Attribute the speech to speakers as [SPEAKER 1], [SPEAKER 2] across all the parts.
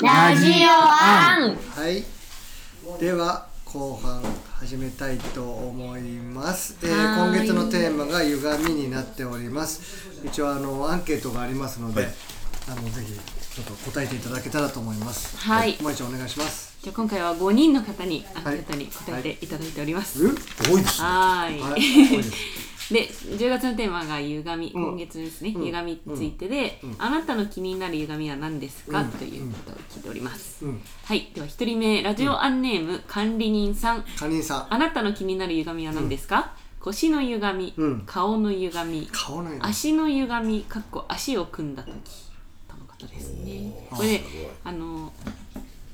[SPEAKER 1] ラジオアン
[SPEAKER 2] はいでは後半始めたいと思います、えー
[SPEAKER 1] は
[SPEAKER 2] 今
[SPEAKER 1] ーい
[SPEAKER 2] 月のテーマが歪みになっております一応あのアンケートがありますので、あのぜひちょっと答えていただけたらと思います
[SPEAKER 1] はい
[SPEAKER 2] もえちゃんお願いします
[SPEAKER 1] じゃあ今回は5人の方にアンケートに答えていただいております
[SPEAKER 2] う
[SPEAKER 3] 多いですね
[SPEAKER 1] はーい、
[SPEAKER 2] はい多いです
[SPEAKER 1] で10月のテーマが歪み、今月ですね、
[SPEAKER 2] ん
[SPEAKER 1] 歪みについてで、あなたの気になる歪みは何ですか、ということを聞いております、
[SPEAKER 2] うん
[SPEAKER 1] はいでは1人目ラジオアンネーム、管理人さん
[SPEAKER 2] カニンさん
[SPEAKER 1] あなたの気になる歪みは何ですか、腰の歪み、
[SPEAKER 2] うん
[SPEAKER 1] 顔の歪み
[SPEAKER 2] 顔ないな
[SPEAKER 1] 足の歪みかっこ足を組んだ時とのことですねこれであの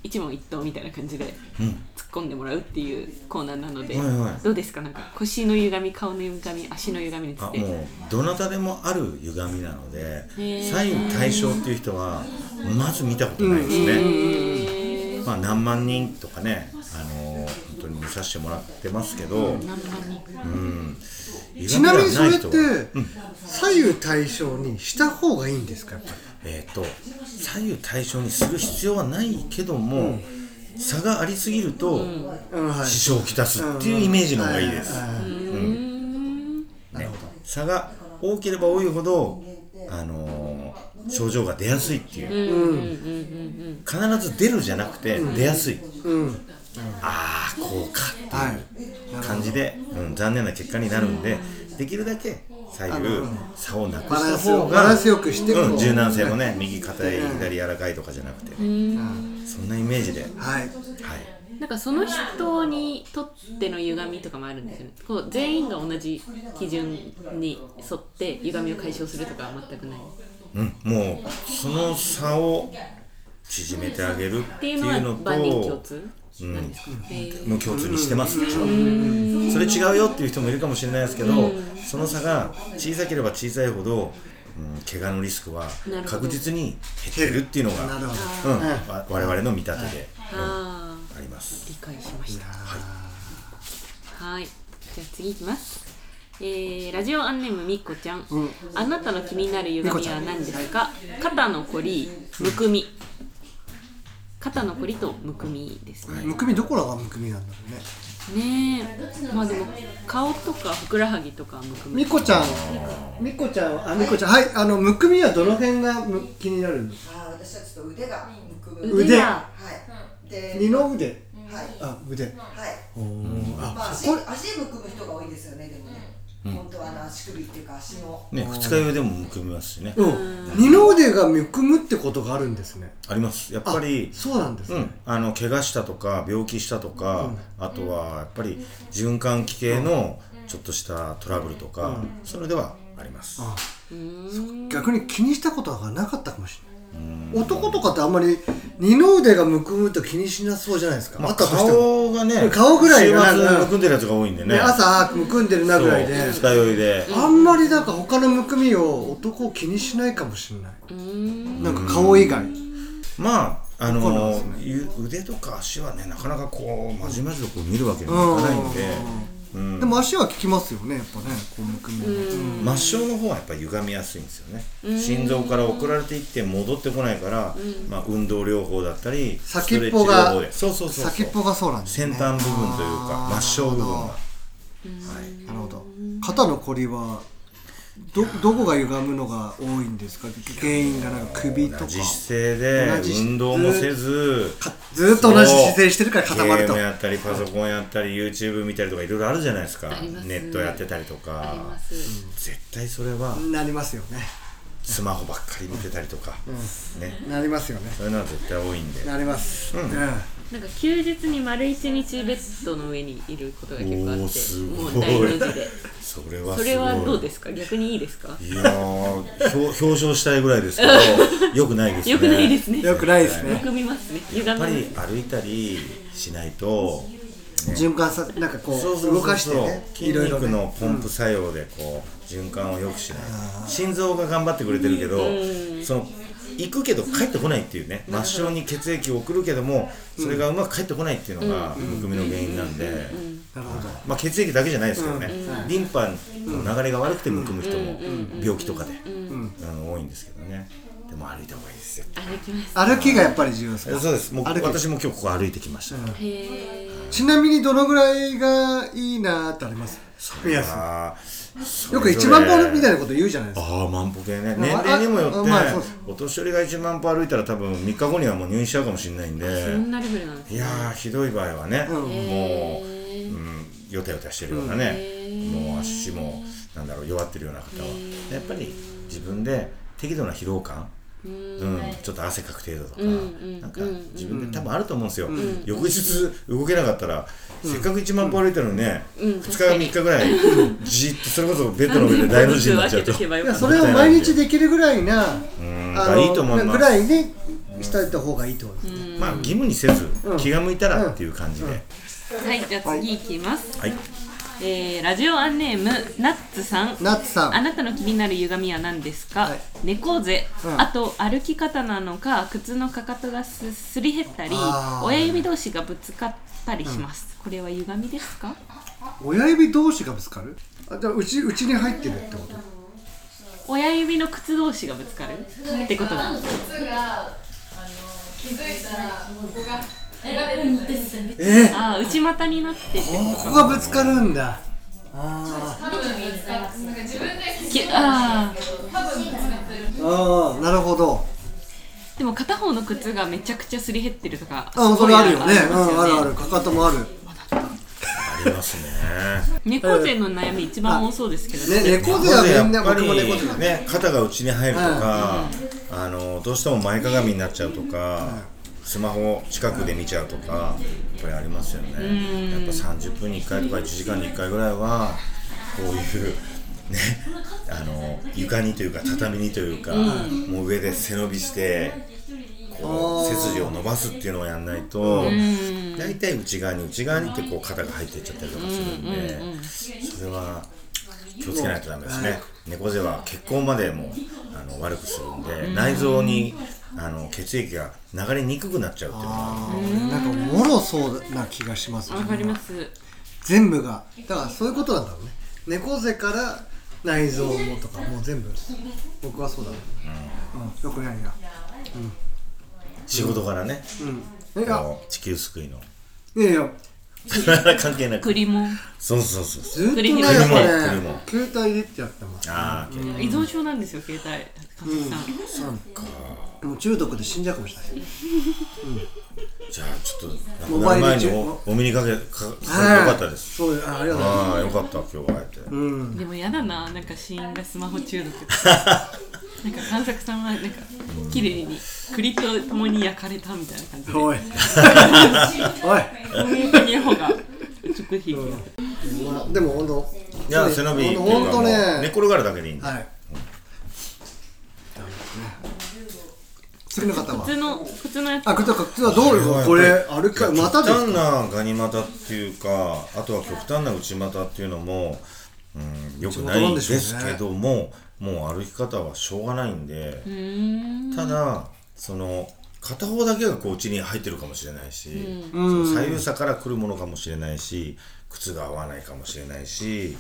[SPEAKER 1] 一問一答みたいな感じで突っ込んでもらうっていうコーナーなので、
[SPEAKER 3] はいはい
[SPEAKER 1] どうですかなんか腰の歪み顔の歪み足の歪みにつ
[SPEAKER 3] あ
[SPEAKER 1] いて
[SPEAKER 3] もうどなたでもある歪みなので
[SPEAKER 1] ー
[SPEAKER 3] 左右対称っていう人はまず見たことないですね、
[SPEAKER 1] えー
[SPEAKER 3] まあ、何万人とかね、あのー本当に見させてもらってますけど、うん、
[SPEAKER 1] 何万人
[SPEAKER 2] ちなみにそれって
[SPEAKER 3] 歪みがない人は
[SPEAKER 2] 左右対称にした方がいいんですかやっぱり
[SPEAKER 3] えー、と左右対称にする必要はないけども、差がありすぎると、
[SPEAKER 2] うんはい
[SPEAKER 3] 支障をきたすっていうイメージの方がいいです、
[SPEAKER 2] はいはいはいう
[SPEAKER 1] ーん
[SPEAKER 3] ね、差が多ければ多いほど、あのー症状が出やすいっていう、必ず出るじゃなくて出やすい、
[SPEAKER 2] うん
[SPEAKER 3] ああこうかっていう
[SPEAKER 2] はい
[SPEAKER 3] 感じで、うん、残念な結果になるんで、できるだけ左右差をなく
[SPEAKER 2] バラ
[SPEAKER 3] し
[SPEAKER 2] ン
[SPEAKER 3] た
[SPEAKER 2] スを
[SPEAKER 3] 方
[SPEAKER 2] バラ
[SPEAKER 3] が
[SPEAKER 2] ンスよくしてこう
[SPEAKER 3] うん、柔軟性もね右硬い左柔らかいとかじゃなくて、そんなイメージで、はい、
[SPEAKER 2] はい
[SPEAKER 1] なんかその人にとっての歪みとかもあるんですよねこう全員が同じ基準に沿って歪みを解消するとかは全くない
[SPEAKER 3] うん、もうその差を縮めてあげるっ
[SPEAKER 1] ってて
[SPEAKER 3] い
[SPEAKER 1] いううの
[SPEAKER 3] の
[SPEAKER 1] は万人共
[SPEAKER 3] と
[SPEAKER 1] 通なんですか、へー
[SPEAKER 3] もう共通にしてます、それ違うよっていう人もいるかもしれないですけど、その差が小さければ小さいほど、うん、怪我のリスクは
[SPEAKER 1] なるほど
[SPEAKER 3] 確実に減ってるっていうのが
[SPEAKER 2] なるほど
[SPEAKER 3] うん、わ我々の見立てで、
[SPEAKER 1] ああ
[SPEAKER 3] あります
[SPEAKER 1] 理解しましたはいじゃあ次いきますえー、ラジオアンネームみっこちゃん、あなたの気になる歪みは何ですか肩のこりむくみ肩のこりとむくみですね、
[SPEAKER 2] むくみどころがむくみなんだろうね
[SPEAKER 1] ねえまあでも顔とかふくらはぎとかはむくみ
[SPEAKER 2] みこちゃんみこちゃんはあみこちゃんはいあのむくみはどの辺がむ気になるんですか
[SPEAKER 4] あー私はちょっと腕がむくむ。
[SPEAKER 2] 腕
[SPEAKER 1] が
[SPEAKER 4] はい。で、
[SPEAKER 2] 二の腕
[SPEAKER 4] はい。
[SPEAKER 2] あ腕
[SPEAKER 4] はい。
[SPEAKER 2] おー
[SPEAKER 4] まあ
[SPEAKER 2] あ
[SPEAKER 4] 足
[SPEAKER 2] これ
[SPEAKER 4] 足むくむ人が多いですよね。でもね。本当はあの足首っていうか足の。
[SPEAKER 3] ね二日酔いでもむくみますしね、
[SPEAKER 2] うん二の腕がむくむってことがあるんですね
[SPEAKER 3] ありますやっ
[SPEAKER 2] あ
[SPEAKER 3] ぱり
[SPEAKER 2] そうなんです
[SPEAKER 3] う
[SPEAKER 2] ね
[SPEAKER 3] ん、あの怪我したとか病気したとか、あとはやっぱり循環器系のちょっとしたトラブルとか、それではあります、
[SPEAKER 2] あ
[SPEAKER 1] うーん
[SPEAKER 2] 逆に気にしたことがなかったかもしれない男とかってあんまり二の腕がむくむと気にしなそうじゃないですか
[SPEAKER 3] ま
[SPEAKER 2] あ
[SPEAKER 3] あ、
[SPEAKER 2] ったとしても
[SPEAKER 3] 顔がね
[SPEAKER 2] 顔ぐらいがなん
[SPEAKER 3] 週
[SPEAKER 2] か
[SPEAKER 3] 末むくんでるやつが多いんでね
[SPEAKER 2] ね朝むくんでるなぐらいで
[SPEAKER 3] そう二日酔いで、
[SPEAKER 2] あんまりなんか他のむくみを男気にしないかもしれないう
[SPEAKER 1] ーん
[SPEAKER 2] なんか顔以外
[SPEAKER 3] まああ
[SPEAKER 2] そうなん
[SPEAKER 3] の
[SPEAKER 2] ですね
[SPEAKER 3] ゆ腕とか足はねなかなかこうまじまじとこう見るわけにもいかないんで、うん
[SPEAKER 2] でも足は効きますよねやっぱねこうむくみはねうん
[SPEAKER 3] 末梢の方はやっぱり歪みやすいんですよね心臓から送られていって戻ってこないから、まあ、運動療法だったり
[SPEAKER 2] 先っぽが
[SPEAKER 3] ストレッチ療法でそうそうそうそう
[SPEAKER 2] 先っぽがそうなんですね
[SPEAKER 3] 先端部分という
[SPEAKER 2] あ
[SPEAKER 3] か
[SPEAKER 2] ー
[SPEAKER 3] 末梢部分がは
[SPEAKER 2] なるほど肩のこりはどどこが歪むのが多いんですか原因がなんか首
[SPEAKER 3] い
[SPEAKER 2] と
[SPEAKER 3] 同
[SPEAKER 2] か
[SPEAKER 3] じ姿勢で
[SPEAKER 2] 同じ姿勢
[SPEAKER 3] 運動もせず
[SPEAKER 2] かずっと同じ姿勢してるから固まると
[SPEAKER 3] ゲームやったりパソコンやったり YouTube 見たりとかいろいろあるじゃないですか
[SPEAKER 1] あります
[SPEAKER 3] ネットやってたりと
[SPEAKER 1] あり
[SPEAKER 3] か
[SPEAKER 1] ます、
[SPEAKER 3] 絶対それは
[SPEAKER 2] なりますよね
[SPEAKER 3] スマホばっかり見てたりとか、ね
[SPEAKER 2] なりますよね
[SPEAKER 3] そういうのは絶対多いんで
[SPEAKER 2] なりますうん
[SPEAKER 1] なんか休日に丸一日ベッドの上にいることが結構あ
[SPEAKER 3] おー
[SPEAKER 1] って
[SPEAKER 3] すごい
[SPEAKER 1] もう大の字で
[SPEAKER 3] それはすごい
[SPEAKER 1] それはどうですか逆にいいですか
[SPEAKER 3] いやー表 表彰したいぐらい ですけどよくないですね
[SPEAKER 1] 良くないですね
[SPEAKER 2] よくないです
[SPEAKER 1] む
[SPEAKER 2] ね
[SPEAKER 1] くみますね歪
[SPEAKER 3] やっぱり
[SPEAKER 1] み
[SPEAKER 3] 歩いたりしないと
[SPEAKER 2] 循環さなんかこ
[SPEAKER 3] そう
[SPEAKER 2] う
[SPEAKER 3] そうそうそう
[SPEAKER 2] 動かしてね
[SPEAKER 3] 筋
[SPEAKER 2] いろいろ
[SPEAKER 3] 肉
[SPEAKER 2] ね
[SPEAKER 3] のポンプ作用でこう循環を良くしない心臓が頑張ってくれてるけどその行くけど帰ってこないっていうね末梢に血液を送るけどもそれがうまく帰ってこないっていうのがむくみの原因なんで
[SPEAKER 2] なるほど
[SPEAKER 3] まあ血液だけじゃないですけどねリンパの流れが悪くてむくむ人も病気とかであの多いんですけどねでも歩いた方がいいですよ
[SPEAKER 1] 歩きます
[SPEAKER 2] 歩きがやっぱり重要です
[SPEAKER 3] え
[SPEAKER 2] か
[SPEAKER 3] そうですもう
[SPEAKER 2] 歩き
[SPEAKER 3] 私も今日ここ歩いてきました、
[SPEAKER 1] へえ
[SPEAKER 2] ちなみにどのぐらいがいいなってあります
[SPEAKER 3] いや
[SPEAKER 2] よく1万歩みたいなこと言うじゃないですか
[SPEAKER 3] ああ万歩計ね
[SPEAKER 2] まあ
[SPEAKER 3] 年齢にもよって、
[SPEAKER 2] あまあそうです
[SPEAKER 3] お年寄りが1万歩歩いたら多分3日後にはもう入院しちゃうかもしれないんで
[SPEAKER 1] そんなレベルなんです
[SPEAKER 3] いやーひどい場合はね、
[SPEAKER 2] うん
[SPEAKER 3] もう、
[SPEAKER 1] へー
[SPEAKER 3] うん、よたよたしてるようなね、もう足もなんだろう弱ってるような方は、やっぱり自分で適度な疲労感うん、ちょっと汗かく程度とか、
[SPEAKER 1] うんうん
[SPEAKER 3] なんか
[SPEAKER 1] うん
[SPEAKER 3] 自分で多分あると思うんですよ、翌日動けなかったら、せっかく1万歩歩いたのにね、
[SPEAKER 1] うん
[SPEAKER 3] 2日3日ぐらいじっとそれこそベッドの上で大の字になっちゃうと、
[SPEAKER 1] お
[SPEAKER 3] う
[SPEAKER 1] けばよ
[SPEAKER 2] い
[SPEAKER 1] か
[SPEAKER 2] や
[SPEAKER 1] った
[SPEAKER 2] それを毎日できるぐらいなあ
[SPEAKER 3] ん、だからいいと思い
[SPEAKER 2] の
[SPEAKER 3] ま
[SPEAKER 2] ぐ
[SPEAKER 3] す
[SPEAKER 2] らいにしたいた方がいいってことですね
[SPEAKER 3] まあ義務にせず、
[SPEAKER 2] うん
[SPEAKER 3] 気が向いたらっていう感じで、
[SPEAKER 1] はいじゃあ次いきます、
[SPEAKER 3] はい
[SPEAKER 1] えーラジオアンネームナッツさん
[SPEAKER 2] ナッツさ
[SPEAKER 1] あ
[SPEAKER 2] ん
[SPEAKER 1] なたの気になる歪みは何ですか、
[SPEAKER 2] はい
[SPEAKER 1] 猫背、
[SPEAKER 2] うん
[SPEAKER 1] あと歩き方なのか靴のかかとがすすり減ったり
[SPEAKER 2] あー
[SPEAKER 1] 親指同士がぶつかったりします、これは歪みですか
[SPEAKER 2] 親指同士がぶつかるあじゃあうちうちに入ってるってこと
[SPEAKER 1] 親指の靴同士がぶつかるってことだ
[SPEAKER 5] 靴があの気づいたらここが選べるんですよね
[SPEAKER 2] え
[SPEAKER 1] ああ内股になってて
[SPEAKER 2] ここがぶつかるんだあ
[SPEAKER 5] 多分なんか自分で気づい
[SPEAKER 1] きああ
[SPEAKER 5] た多分使ってる
[SPEAKER 2] ーあーなるほど
[SPEAKER 1] でも片方の靴がめちゃくちゃすり減ってるとか
[SPEAKER 2] あそれあるよね
[SPEAKER 1] すごいります
[SPEAKER 2] うんあるあるかかともある
[SPEAKER 3] ありますね。
[SPEAKER 1] 猫背の悩み一番多そうですけど
[SPEAKER 2] ね猫背はみんな僕も猫背なんで
[SPEAKER 3] ね肩が内に入るとか、あのどうしても前かがみになっちゃうとか、スマホを近くで見ちゃうとか、やっぱりありますよね。やっぱ三十分に一回とか一時間に一回ぐらいはこういう。ね、あの床にというか畳にというか、もう上で背伸びしてこう
[SPEAKER 2] あー
[SPEAKER 3] 背筋を伸ばすっていうのをやんないと大体内側に内側にってこう肩が入っていっちゃったりとかするんで、それは気をつけないとダメですね猫背は血行までもあの悪くするんで内臓にあの血液が流れにくくなっちゃうっていうのは
[SPEAKER 2] あーなんかもろそうな気がします
[SPEAKER 1] わかります
[SPEAKER 2] 全部がだからそういうことなんだろうね猫背から内臓もとかもう全部僕はそうだねうんよくないな
[SPEAKER 3] 仕事からね、
[SPEAKER 2] え
[SPEAKER 3] あ
[SPEAKER 2] あ
[SPEAKER 3] の地球救いの
[SPEAKER 2] いやいや
[SPEAKER 3] 関係なく
[SPEAKER 1] 栗も
[SPEAKER 3] そうそうそうそう
[SPEAKER 2] ずっとね
[SPEAKER 1] 栗も
[SPEAKER 2] やっぱ
[SPEAKER 3] 栗
[SPEAKER 2] ね
[SPEAKER 3] も
[SPEAKER 2] 携帯でってやってます
[SPEAKER 3] ああ
[SPEAKER 1] 依
[SPEAKER 3] 結
[SPEAKER 1] 存症なんですよ携帯勝地さん、
[SPEAKER 2] もう中毒で死んじゃうかもしれない
[SPEAKER 3] じゃあちょっと亡くなる前に
[SPEAKER 2] モバイル
[SPEAKER 3] おお目にかけかか
[SPEAKER 2] はい
[SPEAKER 3] よかったです
[SPEAKER 2] そうあありがとうございます
[SPEAKER 3] ああよかった今日会えて、
[SPEAKER 2] うん
[SPEAKER 1] でもやだな、なんか死因がスマホ中毒って。 なんか探索さんはなんか綺麗に栗と共に焼かれたみたいな感じで。
[SPEAKER 2] おいおい
[SPEAKER 1] コミュニティの方が美しい気がする。
[SPEAKER 2] まあでも本当
[SPEAKER 3] いや背伸びっていうか
[SPEAKER 2] 本
[SPEAKER 3] も
[SPEAKER 2] 当
[SPEAKER 3] う
[SPEAKER 2] ね
[SPEAKER 3] 寝転がるだけでいいんで、
[SPEAKER 2] はい。ダメですね。次の方は
[SPEAKER 1] 靴。の靴のやつ。
[SPEAKER 2] あ、靴は靴はどうよ。これ歩き方またです
[SPEAKER 3] 極端
[SPEAKER 2] か。
[SPEAKER 3] なガニ股っていうかあとは極端な内股っていうのも、うん、よくないですけども、もう歩き方はしょうがないんで、
[SPEAKER 1] うーん。
[SPEAKER 3] ただその片方だけがこう内に入ってるかもしれないし、
[SPEAKER 2] ん
[SPEAKER 3] その左右差から来るものかもしれないし靴が合わないかもしれないし、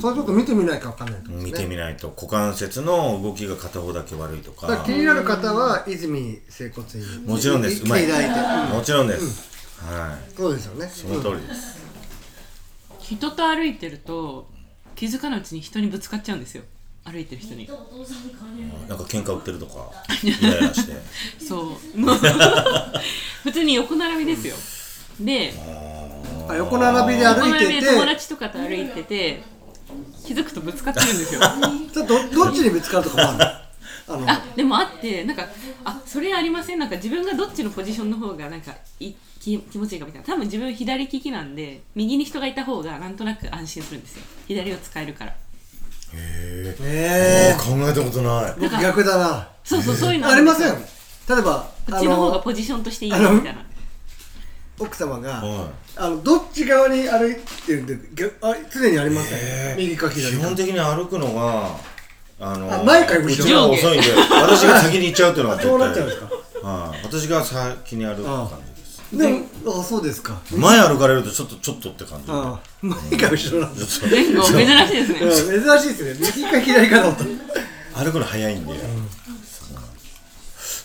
[SPEAKER 2] そういうとこ見てみないかわかんないと思うん
[SPEAKER 3] 見
[SPEAKER 2] です
[SPEAKER 3] て
[SPEAKER 2] ね。
[SPEAKER 3] みないと股関節の動きが片方だけ悪いと
[SPEAKER 2] だから
[SPEAKER 3] か
[SPEAKER 2] 気になる方は泉整骨院。
[SPEAKER 3] もちろんです
[SPEAKER 2] 来ていただいて。うん
[SPEAKER 3] もちろんです、はい
[SPEAKER 2] そうですよね。
[SPEAKER 3] その通りです、
[SPEAKER 1] 人と歩いてると気づかないうちに人にぶつかっちゃうんですよ。歩いてる人に。
[SPEAKER 3] なんか喧嘩売ってる とかイライラして。
[SPEAKER 1] そう。 もう普通に横並びですよ。で、
[SPEAKER 2] うんあ横並びで歩
[SPEAKER 1] 横
[SPEAKER 2] い
[SPEAKER 1] 並び
[SPEAKER 2] て
[SPEAKER 1] で友
[SPEAKER 2] て、
[SPEAKER 1] 達とかと歩いてて気づくとぶつかってるん ですよ。
[SPEAKER 2] ちょっとどどっちにぶつかるとかも ある。あの。
[SPEAKER 1] あでもあってなんかあそれありませんなんか自分がどっちのポジションの方がなんかいき気持ちいいかみたいな多分自分左利きなんで右に人がいた方がなんとなく安心するんですよ左を使えるから
[SPEAKER 3] へえ
[SPEAKER 2] え
[SPEAKER 3] 考えたことない
[SPEAKER 2] え。逆だな。
[SPEAKER 1] そうそうそういうの
[SPEAKER 2] ありま
[SPEAKER 1] る
[SPEAKER 2] せん
[SPEAKER 1] ですよ。
[SPEAKER 2] 例えば
[SPEAKER 1] こっ
[SPEAKER 2] あ
[SPEAKER 1] ちの方が
[SPEAKER 2] の
[SPEAKER 1] ポジションとしていいよみたいな
[SPEAKER 2] 奥様が
[SPEAKER 3] は
[SPEAKER 2] あのどっち側に歩いてるんで逆あ常にありませ
[SPEAKER 3] え
[SPEAKER 2] ん。
[SPEAKER 3] ー
[SPEAKER 2] 右か左
[SPEAKER 3] 基
[SPEAKER 2] か
[SPEAKER 3] 本。的に歩くのがあの
[SPEAKER 2] あ前か後ろ
[SPEAKER 3] うちの方が遅いんで私が先に行っちゃうっていうのが
[SPEAKER 2] そうなっちゃうんですか。
[SPEAKER 3] はい私が先に歩く感じです
[SPEAKER 2] でも、あ、そうですか。
[SPEAKER 3] 前歩かれるとちょっとちょっとって感じ
[SPEAKER 2] ああ、前か後ろなんです。
[SPEAKER 3] ちょっ
[SPEAKER 1] 前 後珍しいです
[SPEAKER 2] うん
[SPEAKER 1] ね
[SPEAKER 2] 珍しいですね。右か左かだと。
[SPEAKER 3] と歩くの早いんで、そ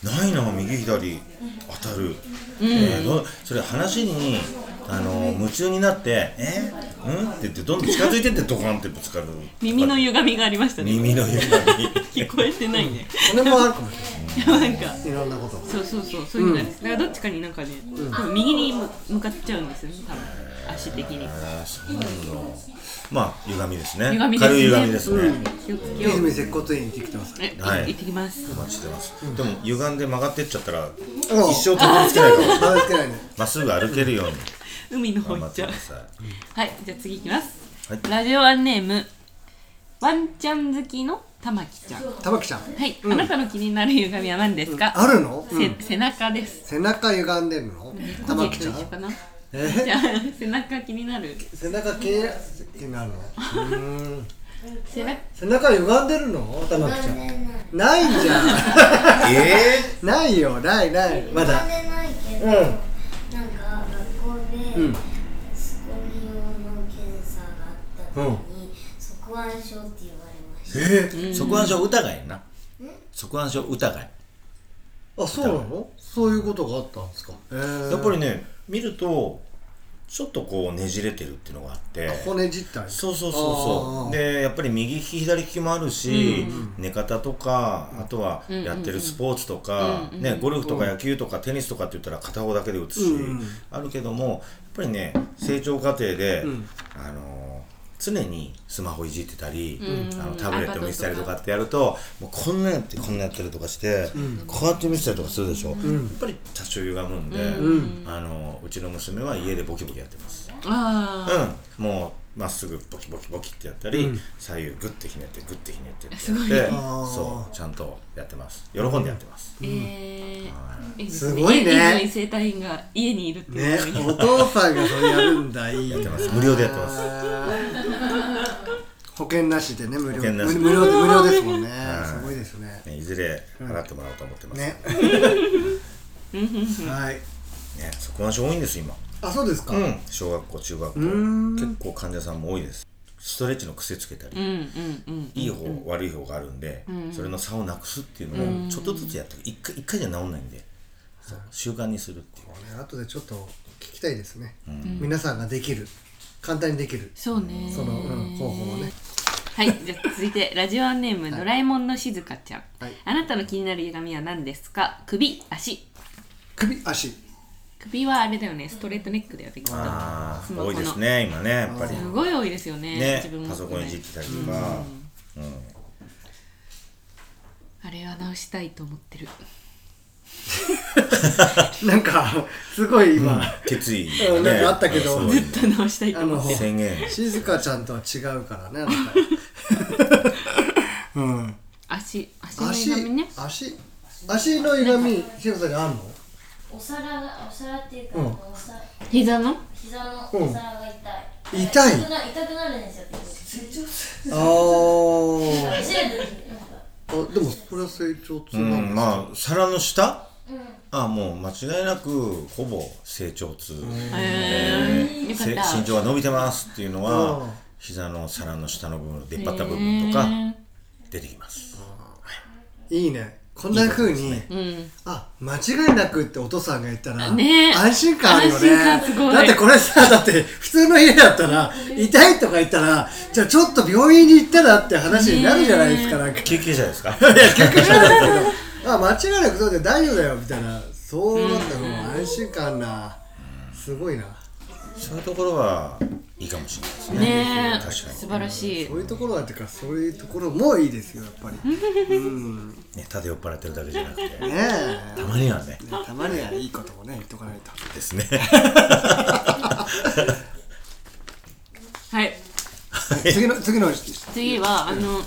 [SPEAKER 3] うないな右左当たる、えーどそれ話にあの夢中になって「えうん?」って言ってどんどん近づいてってドカンってぶつかる
[SPEAKER 1] 耳の歪みがありましたね
[SPEAKER 3] 耳の 歪み
[SPEAKER 1] 聞こえてないね
[SPEAKER 2] これもあるかもし
[SPEAKER 1] なんか
[SPEAKER 2] れないいろんなことが
[SPEAKER 1] そうそうそうそういうのがあるんです、だからどっちかになんかね、多分右にむ向かっちゃうんですよね多分足的に
[SPEAKER 3] あーそうなんだまあ歪みですね
[SPEAKER 1] 歪みですね
[SPEAKER 3] 軽い歪みですね、
[SPEAKER 1] 気をつけよ
[SPEAKER 2] 愛
[SPEAKER 1] う
[SPEAKER 2] 媛接骨院行ってきてます
[SPEAKER 1] えい
[SPEAKER 3] はい
[SPEAKER 1] 行ってきます
[SPEAKER 3] お待ちしてます、でも歪んで曲がってっちゃったら
[SPEAKER 2] うん
[SPEAKER 3] 一生たどり着けないから
[SPEAKER 2] あつけないね
[SPEAKER 3] まっすぐ歩けるように
[SPEAKER 1] 海の方
[SPEAKER 3] 頑
[SPEAKER 1] 行っ
[SPEAKER 3] 張っ
[SPEAKER 1] ち
[SPEAKER 3] て
[SPEAKER 1] ゃ
[SPEAKER 3] く
[SPEAKER 1] う
[SPEAKER 3] ださい
[SPEAKER 1] はいじゃあ次行きます、
[SPEAKER 3] はい
[SPEAKER 1] ラジオアンネームワンちゃん好きの玉木ちゃんは
[SPEAKER 2] 玉木ちゃん
[SPEAKER 1] い、あなたの気になる歪みは何ですか、
[SPEAKER 2] あるの、うん
[SPEAKER 1] せ背中です
[SPEAKER 2] 背中歪んでるの玉木ちゃん
[SPEAKER 1] 個人と一緒かなじ
[SPEAKER 2] え
[SPEAKER 1] ゃあ背中気になる
[SPEAKER 2] 背中気に気になるのうーん
[SPEAKER 1] 背中
[SPEAKER 2] 背中歪んでるの玉木ちゃんないんじゃん
[SPEAKER 3] え
[SPEAKER 2] ないよないないまだ
[SPEAKER 6] なんでないけ
[SPEAKER 2] う
[SPEAKER 6] ど、
[SPEAKER 2] ん
[SPEAKER 6] なんか学校で、
[SPEAKER 2] うん
[SPEAKER 6] スコミ用の検査があった時に、側腕症って言われました。
[SPEAKER 2] え
[SPEAKER 3] ー、側腕症疑いな側腕症疑い
[SPEAKER 2] あそうなのそういうことがあったんですかえー
[SPEAKER 3] やっぱりね見るとちょっとこうねじれてるっていうのがあって
[SPEAKER 2] 骨自体
[SPEAKER 3] そうそう
[SPEAKER 2] あ
[SPEAKER 3] そうそう
[SPEAKER 2] ー
[SPEAKER 3] でやっぱり右利き左利きもあるし、寝方とかあとはやってるスポーツとか、ね、ゴルフとか野球とかテニスとかって言ったら片方だけで打つし、
[SPEAKER 2] うんうん
[SPEAKER 3] あるけどもやっぱりね成長過程で、
[SPEAKER 2] ん
[SPEAKER 3] あの常にスマホいじってたり、
[SPEAKER 1] うん
[SPEAKER 3] あのタブレット見せたりとかってやるともうこんなやってこんなやったりとかして、こうやって見せたりとかするでしょ、やっぱり多少歪むんで、あのうちの娘は家でボキボキやってます。
[SPEAKER 1] ああ、
[SPEAKER 3] うん、もうまっすぐボキボキボキってやったり、左右グッてひねってグッてひねってってやって
[SPEAKER 2] あー
[SPEAKER 3] そうちゃんとやってます喜んでやってます、
[SPEAKER 1] えーいいです
[SPEAKER 2] ごいね
[SPEAKER 1] 家に生体院が家にいるって
[SPEAKER 2] ね
[SPEAKER 1] いうのがいい
[SPEAKER 2] お父さんがそれやるんだいいやって
[SPEAKER 3] ます無料でやってます
[SPEAKER 2] 保険なしでね無料
[SPEAKER 3] 保険なしで
[SPEAKER 2] 無無料で無料ですもんね
[SPEAKER 3] い
[SPEAKER 2] すごいですね
[SPEAKER 3] ね、いずれ払ってもらおうと思ってます、
[SPEAKER 2] ねはい
[SPEAKER 3] ね側腕症多いんです今
[SPEAKER 2] あそうですか
[SPEAKER 3] うん小学校中学校結構患者さんも多いですストレッチの癖つけたり、
[SPEAKER 1] うんうんうん
[SPEAKER 3] いい方、悪い方があるんで、それの差をなくすっていうのをちょっとずつやって一回一回じゃ治んないんでそう習慣にするっていう
[SPEAKER 2] あとでちょっと聞きたいですね皆さんができる簡単にできる
[SPEAKER 1] そうね
[SPEAKER 2] そのうん方法をね
[SPEAKER 1] はい、じゃあ続いてラジオネーム、ドラえもんのしずかちゃん、
[SPEAKER 2] はい
[SPEAKER 1] あなたの気になる歪みは何ですか首足
[SPEAKER 2] 首足
[SPEAKER 1] 首はあれだよねストレートネックだよねきっと
[SPEAKER 3] あ
[SPEAKER 1] ス
[SPEAKER 3] あ
[SPEAKER 1] マ
[SPEAKER 3] 多
[SPEAKER 1] ホ
[SPEAKER 3] い
[SPEAKER 1] の
[SPEAKER 3] ですね今ねやっぱり
[SPEAKER 1] すごい多いですよね
[SPEAKER 3] ね
[SPEAKER 1] 自分も
[SPEAKER 3] パソコンいじってたりとか、うん
[SPEAKER 1] あれは直したいと思ってる
[SPEAKER 2] なんかすごい今
[SPEAKER 3] 決意
[SPEAKER 2] うんなんかあったけど
[SPEAKER 3] そう
[SPEAKER 2] ず
[SPEAKER 1] ずっと直したいと
[SPEAKER 2] あ
[SPEAKER 1] 思
[SPEAKER 2] の
[SPEAKER 1] ってる
[SPEAKER 3] 宣言
[SPEAKER 2] 静香ちゃんとは違うからねあな たうん
[SPEAKER 1] 足足の
[SPEAKER 2] 足
[SPEAKER 1] 歪みね
[SPEAKER 2] 足足の歪み静香ちゃんにあんの
[SPEAKER 6] お皿が、お皿っていうか、
[SPEAKER 2] うん
[SPEAKER 6] お皿
[SPEAKER 1] 膝の
[SPEAKER 6] 膝のお皿が痛い。
[SPEAKER 2] 痛い
[SPEAKER 6] 痛くな痛くなるんですよ。
[SPEAKER 2] あ ー
[SPEAKER 6] 走る時になんか
[SPEAKER 2] あでもこれは成長痛
[SPEAKER 3] う
[SPEAKER 2] なん
[SPEAKER 3] んまあ皿の下、ああもう間違いなくほぼ成長痛、えー
[SPEAKER 1] よかっ
[SPEAKER 3] せ
[SPEAKER 1] た
[SPEAKER 3] 身長が伸びてますっていうのは、
[SPEAKER 2] うん
[SPEAKER 3] 膝の皿の下の部分出っ張った部分とか出てきます、
[SPEAKER 2] いいねこんな風に
[SPEAKER 1] うん
[SPEAKER 2] あ間違いなくってお父さんが言ったら、
[SPEAKER 1] ねえ
[SPEAKER 2] 安心感あるよね
[SPEAKER 1] 安心感すごい
[SPEAKER 2] だってこれさだって普通の家だったら痛いとか言ったらじゃあちょっと病院に行ったらって話になるじゃないですか、なんか
[SPEAKER 3] 救急車ですか
[SPEAKER 2] 逆じゃないけどあ間違いなくそうで大丈夫だよみたいなそうなったの安心感なすごいな
[SPEAKER 3] そういうところはいいかもしれないですね
[SPEAKER 1] ねえ
[SPEAKER 3] 確かに
[SPEAKER 1] 素晴らしい
[SPEAKER 2] そういうところはっていうかそういうところもいいですよやっぱりうんね
[SPEAKER 3] ねただ酔っ払ってるだけじゃなくて
[SPEAKER 2] え
[SPEAKER 3] たまにはね
[SPEAKER 2] たまにはいいこともね言っとかないと
[SPEAKER 3] ですね
[SPEAKER 1] はい
[SPEAKER 2] 次の次の質
[SPEAKER 1] 次はあの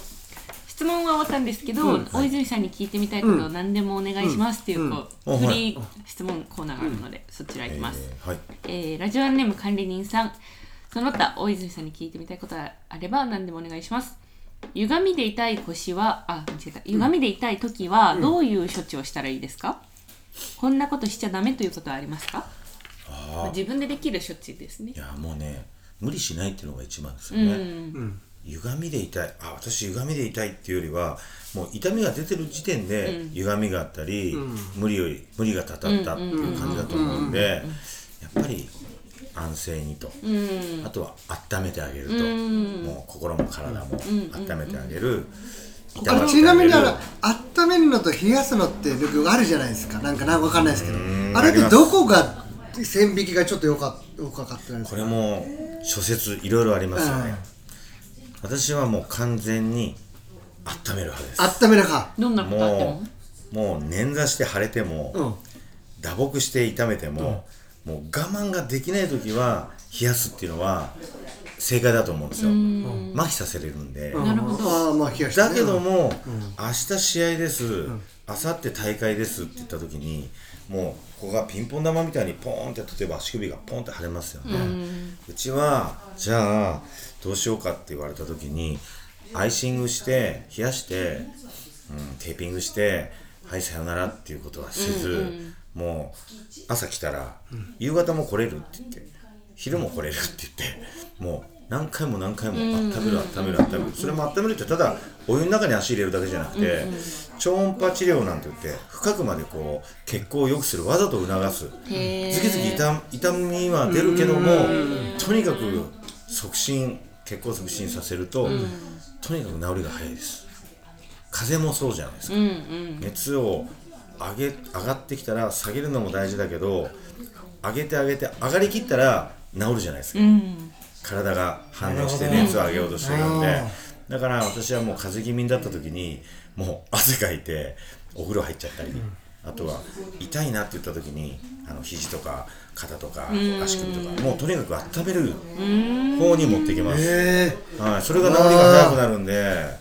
[SPEAKER 1] 質問は終わったんですけど、大泉さんに聞いてみたいことを何でもお願いしますっていう,、こう
[SPEAKER 3] うん
[SPEAKER 1] フリー質問コーナーがあるので、そちら行きます、
[SPEAKER 3] えーはい
[SPEAKER 1] えーラジオネーム管理人さんその他大泉さんに聞いてみたいことがあれば何でもお願いします歪みで痛い腰はあ間違えた歪みで痛い時はどういう処置をしたらいいですか、こんなことしちゃダメということはありますか
[SPEAKER 3] あー
[SPEAKER 1] 自分でできる処置ですね
[SPEAKER 3] いやもうね無理しないっていうのが一番ですよね、
[SPEAKER 2] ん
[SPEAKER 3] 歪みで痛いあ私歪みで痛いっていうよりはもう痛みが出てる時点で歪みがあったり、無理より無理がたたったっていう感じだと思うんでやっぱり安静にと、あとは温めてあげると、もう心も体も温めてあげる、痛がってあげる
[SPEAKER 2] ちなみにあの温めるのと冷やすのってよくあるじゃないですかなんかなんかわかんないですけど
[SPEAKER 3] ん
[SPEAKER 2] あれっ
[SPEAKER 3] あり
[SPEAKER 2] て
[SPEAKER 3] ます
[SPEAKER 2] どこが線引きがちょっとよかよかかってないです
[SPEAKER 3] こ
[SPEAKER 2] か
[SPEAKER 3] れも諸説いろいろありますよね、私はもう完全に温める派です
[SPEAKER 2] 温めるか
[SPEAKER 1] どんなことあっても
[SPEAKER 3] もうもう捻挫して腫れても、
[SPEAKER 2] うん
[SPEAKER 3] 打撲して痛めても、もう我慢ができない時は冷やすっていうのは正解だと思うんですよ麻痺させれるんで、
[SPEAKER 1] なるほど
[SPEAKER 2] ああまあ冷やしてね
[SPEAKER 3] だけども、明日試合です、明後日大会ですって言った時にもうここがピンポン玉みたいにポーンって例えば足首がポンって腫れますよね、うちはじゃあどうしようかって言われた時にアイシングして冷やして、うん、テーピングしてはいさよならっていうことはせず、もう朝来たら、夕方も来れるって言って昼も来れるって言ってもう何回も何回も温める温める温めるそれも温めるってただお湯の中に足入れるだけじゃなくて超音波治療なんて言って深くまでこう血行を良くするわざと促すズ
[SPEAKER 1] へー
[SPEAKER 3] キズキ痛痛みは出るけどもとにかく促進血行を促進させるととにかく治りが早いです風邪もそうじゃないですか
[SPEAKER 1] うんうん
[SPEAKER 3] 熱を上げ上がってきたら下げるのも大事だけど上げて上げて上がりきったら治るじゃないですか、体が反応して熱を上げようとしてるんでだから私はもう風邪気味になった時にもう汗かいてお風呂入っちゃったり、あとは痛いなって言った時にあの肘とか肩とか足首とかもうとにかく温める方に持っていきます、
[SPEAKER 2] へ
[SPEAKER 3] はい、それが治りが早くなるんで。
[SPEAKER 2] え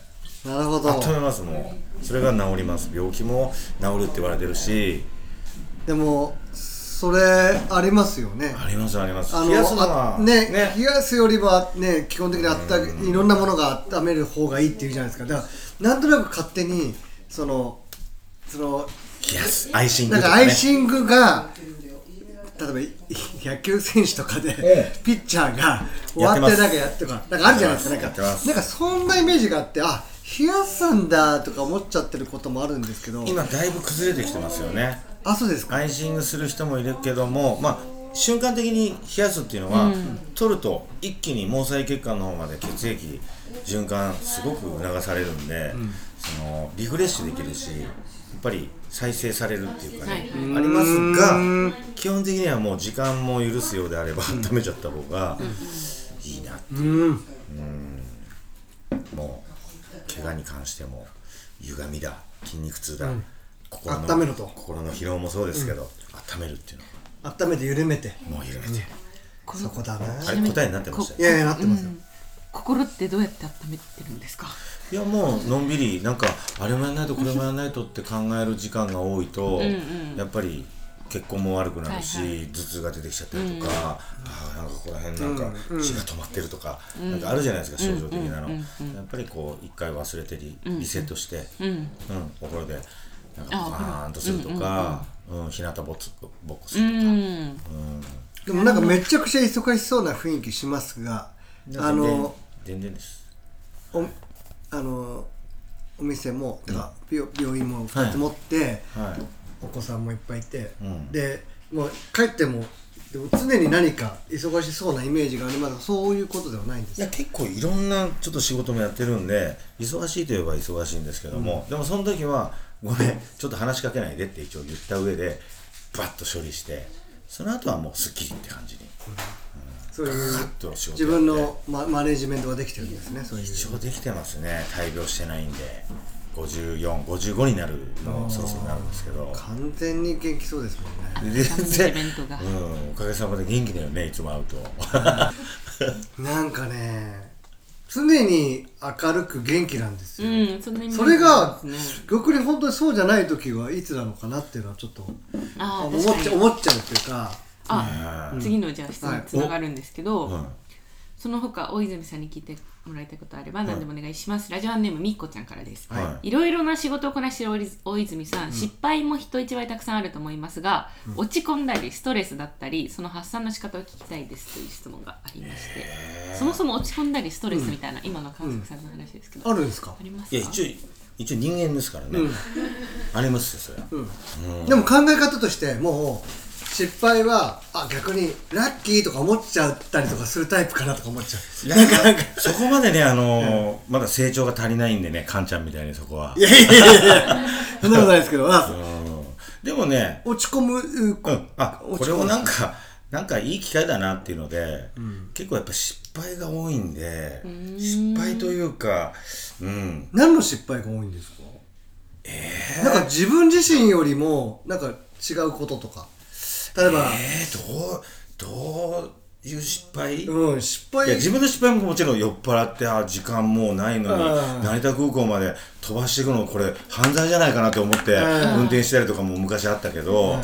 [SPEAKER 2] なるほど
[SPEAKER 3] 温めますもうそれが治ります病気も治るって言われてるし
[SPEAKER 2] でもそれありますよね
[SPEAKER 3] ありますあります
[SPEAKER 2] あ
[SPEAKER 3] 冷やすのは
[SPEAKER 2] あね冷やすよりはね基本的にあったいろんなものが温める方がいいっていうじゃないですかだからなんとなく勝手にそのその
[SPEAKER 3] 冷やすアイシング
[SPEAKER 2] なん
[SPEAKER 3] と
[SPEAKER 2] か
[SPEAKER 3] か、
[SPEAKER 2] ア
[SPEAKER 3] ね、
[SPEAKER 2] イシングが例えばい野球選手とかで、
[SPEAKER 3] え
[SPEAKER 2] ピッチャーが終
[SPEAKER 3] やって
[SPEAKER 2] わ
[SPEAKER 3] ま
[SPEAKER 2] って
[SPEAKER 3] す
[SPEAKER 2] なんかやってとかなんかあるじゃないですかなんか
[SPEAKER 3] やってます
[SPEAKER 2] なんかそんなイメージがあってあ冷やすんだとか思っちゃってることもあるんですけど
[SPEAKER 3] 今だいぶ崩れてきてますよね
[SPEAKER 2] あそうですか
[SPEAKER 3] アイシングする人もいるけどもまあ瞬間的に冷やすっていうのは、取ると一気に毛細血管の方まで血液循環すごく促されるんで、そのリフレッシュできるしやっぱり再生されるっていうかね、
[SPEAKER 1] はい
[SPEAKER 3] ありますが基本的にはもう時間も許すようであれば温めちゃった方がいいなって
[SPEAKER 2] うん
[SPEAKER 3] もう怪我に関しても歪みだ筋肉痛だ、心の
[SPEAKER 2] 温めろと
[SPEAKER 3] 心の疲労もそうですけど、温めるっていうの
[SPEAKER 2] 温めて緩めて
[SPEAKER 3] はもう緩めて、
[SPEAKER 2] そこだな
[SPEAKER 3] あれ答えになってました
[SPEAKER 2] い
[SPEAKER 3] よ
[SPEAKER 2] やいやなってますよ、
[SPEAKER 1] 心ってどうやって温めてるんですか
[SPEAKER 3] いやもうのんびりなんかあれもやらないとこれもやらないとって考える時間が多いと、やっぱり血行も悪くなるし、
[SPEAKER 1] はい
[SPEAKER 3] 頭痛が出てきちゃったりとか、ああなんかここら辺なんか血が止まってるとか、なんかあるじゃないですか症状的なの、やっぱりこう一回忘れてリリセットして、うんお風呂でなんかバーンとするとか、うん日向ぼっつぼっこするとか、
[SPEAKER 1] うん
[SPEAKER 2] でもなんかめちゃくちゃ忙しそうな雰囲気しますがあの
[SPEAKER 3] 全然です
[SPEAKER 2] おあのお店もてか病病院も2つ持って、
[SPEAKER 3] はい
[SPEAKER 2] お子さんもいっぱいいて、
[SPEAKER 3] うん
[SPEAKER 2] でもう帰ってもでも常に何か忙しそうなイメージがありますがそういうことではないんで
[SPEAKER 3] い
[SPEAKER 2] す
[SPEAKER 3] や結構いろんなちょっと仕事もやってるんで忙しいといえば忙しいんですけども、でもその時は「ごめんちょっと話しかけないで」って一応言った上でバッと処理してその後はもうすっきりって感じに
[SPEAKER 2] そういう
[SPEAKER 3] ガッと仕事
[SPEAKER 2] 自
[SPEAKER 3] やっ
[SPEAKER 2] 分
[SPEAKER 3] て
[SPEAKER 2] のママネジメントができてるんですねそういう
[SPEAKER 3] 一応できてますね大病してないんで5455になるもうそろそろなるんですけど
[SPEAKER 2] 完全に元気そうですもんね
[SPEAKER 3] で全
[SPEAKER 1] マネジメントが
[SPEAKER 3] うん、おかげさまで元気だよねいつも会うと
[SPEAKER 2] なんかね常に明るく元気なんですよ、
[SPEAKER 1] うんそんなイメージ
[SPEAKER 2] それが
[SPEAKER 1] ですね
[SPEAKER 2] 逆に本当にそうじゃない時はいつなのかなっていうのはちょっと
[SPEAKER 1] あー
[SPEAKER 2] 思っ
[SPEAKER 1] 確
[SPEAKER 2] ち
[SPEAKER 1] か
[SPEAKER 2] ゃ
[SPEAKER 1] に
[SPEAKER 2] 思っちゃうっていうか
[SPEAKER 1] あ次のじゃあ質問につながるんですけど、
[SPEAKER 3] うん
[SPEAKER 1] その他大泉さんに聞いてもらいたいことあれば何でもお願いします、ラジオネームみっこちゃんからです、、
[SPEAKER 3] はい
[SPEAKER 1] ろいろな仕事をこなしている大泉さん、失敗も人一倍たくさんあると思いますが、落ち込んだりストレスだったりその発散の仕方を聞きたいですという質問がありまして、そもそも落ち込んだりストレスみたいな、今の川崎さんの話ですけど、
[SPEAKER 2] あるんですか
[SPEAKER 1] あります
[SPEAKER 3] い
[SPEAKER 1] か
[SPEAKER 3] や一応一応人間ですからね、ありますよそれは、
[SPEAKER 2] でも考え方としてもう失敗はあ逆にラッキーとか思っちゃったりとかするタイプかなとか思っ ちゃう
[SPEAKER 3] なんかそこまでねあのーまだ成長が足りないんでねカンちゃんみたいにそこはい
[SPEAKER 2] やいやいやいやそんなことないですけどあ
[SPEAKER 3] うんでもね
[SPEAKER 2] 落ち込むうこ
[SPEAKER 3] うん、あ
[SPEAKER 2] 落
[SPEAKER 3] こ
[SPEAKER 2] ち
[SPEAKER 3] れ
[SPEAKER 2] 込む
[SPEAKER 3] もなんかなんかいい機会だなっていうので、結構やっぱ失敗が多いんで失敗というかうん
[SPEAKER 2] 何の失敗が多いんですかえなんか自分自身よりもなんか違うこととか例えば、
[SPEAKER 3] えー、どうどういう失敗、い
[SPEAKER 2] うん失敗
[SPEAKER 3] や自分の失敗ももちろん酔っ払ってあ時間もうないのに
[SPEAKER 2] うん
[SPEAKER 3] 成田空港まで飛ばしていくのこれ犯罪じゃないかなと思って運転したりとかも昔あったけど、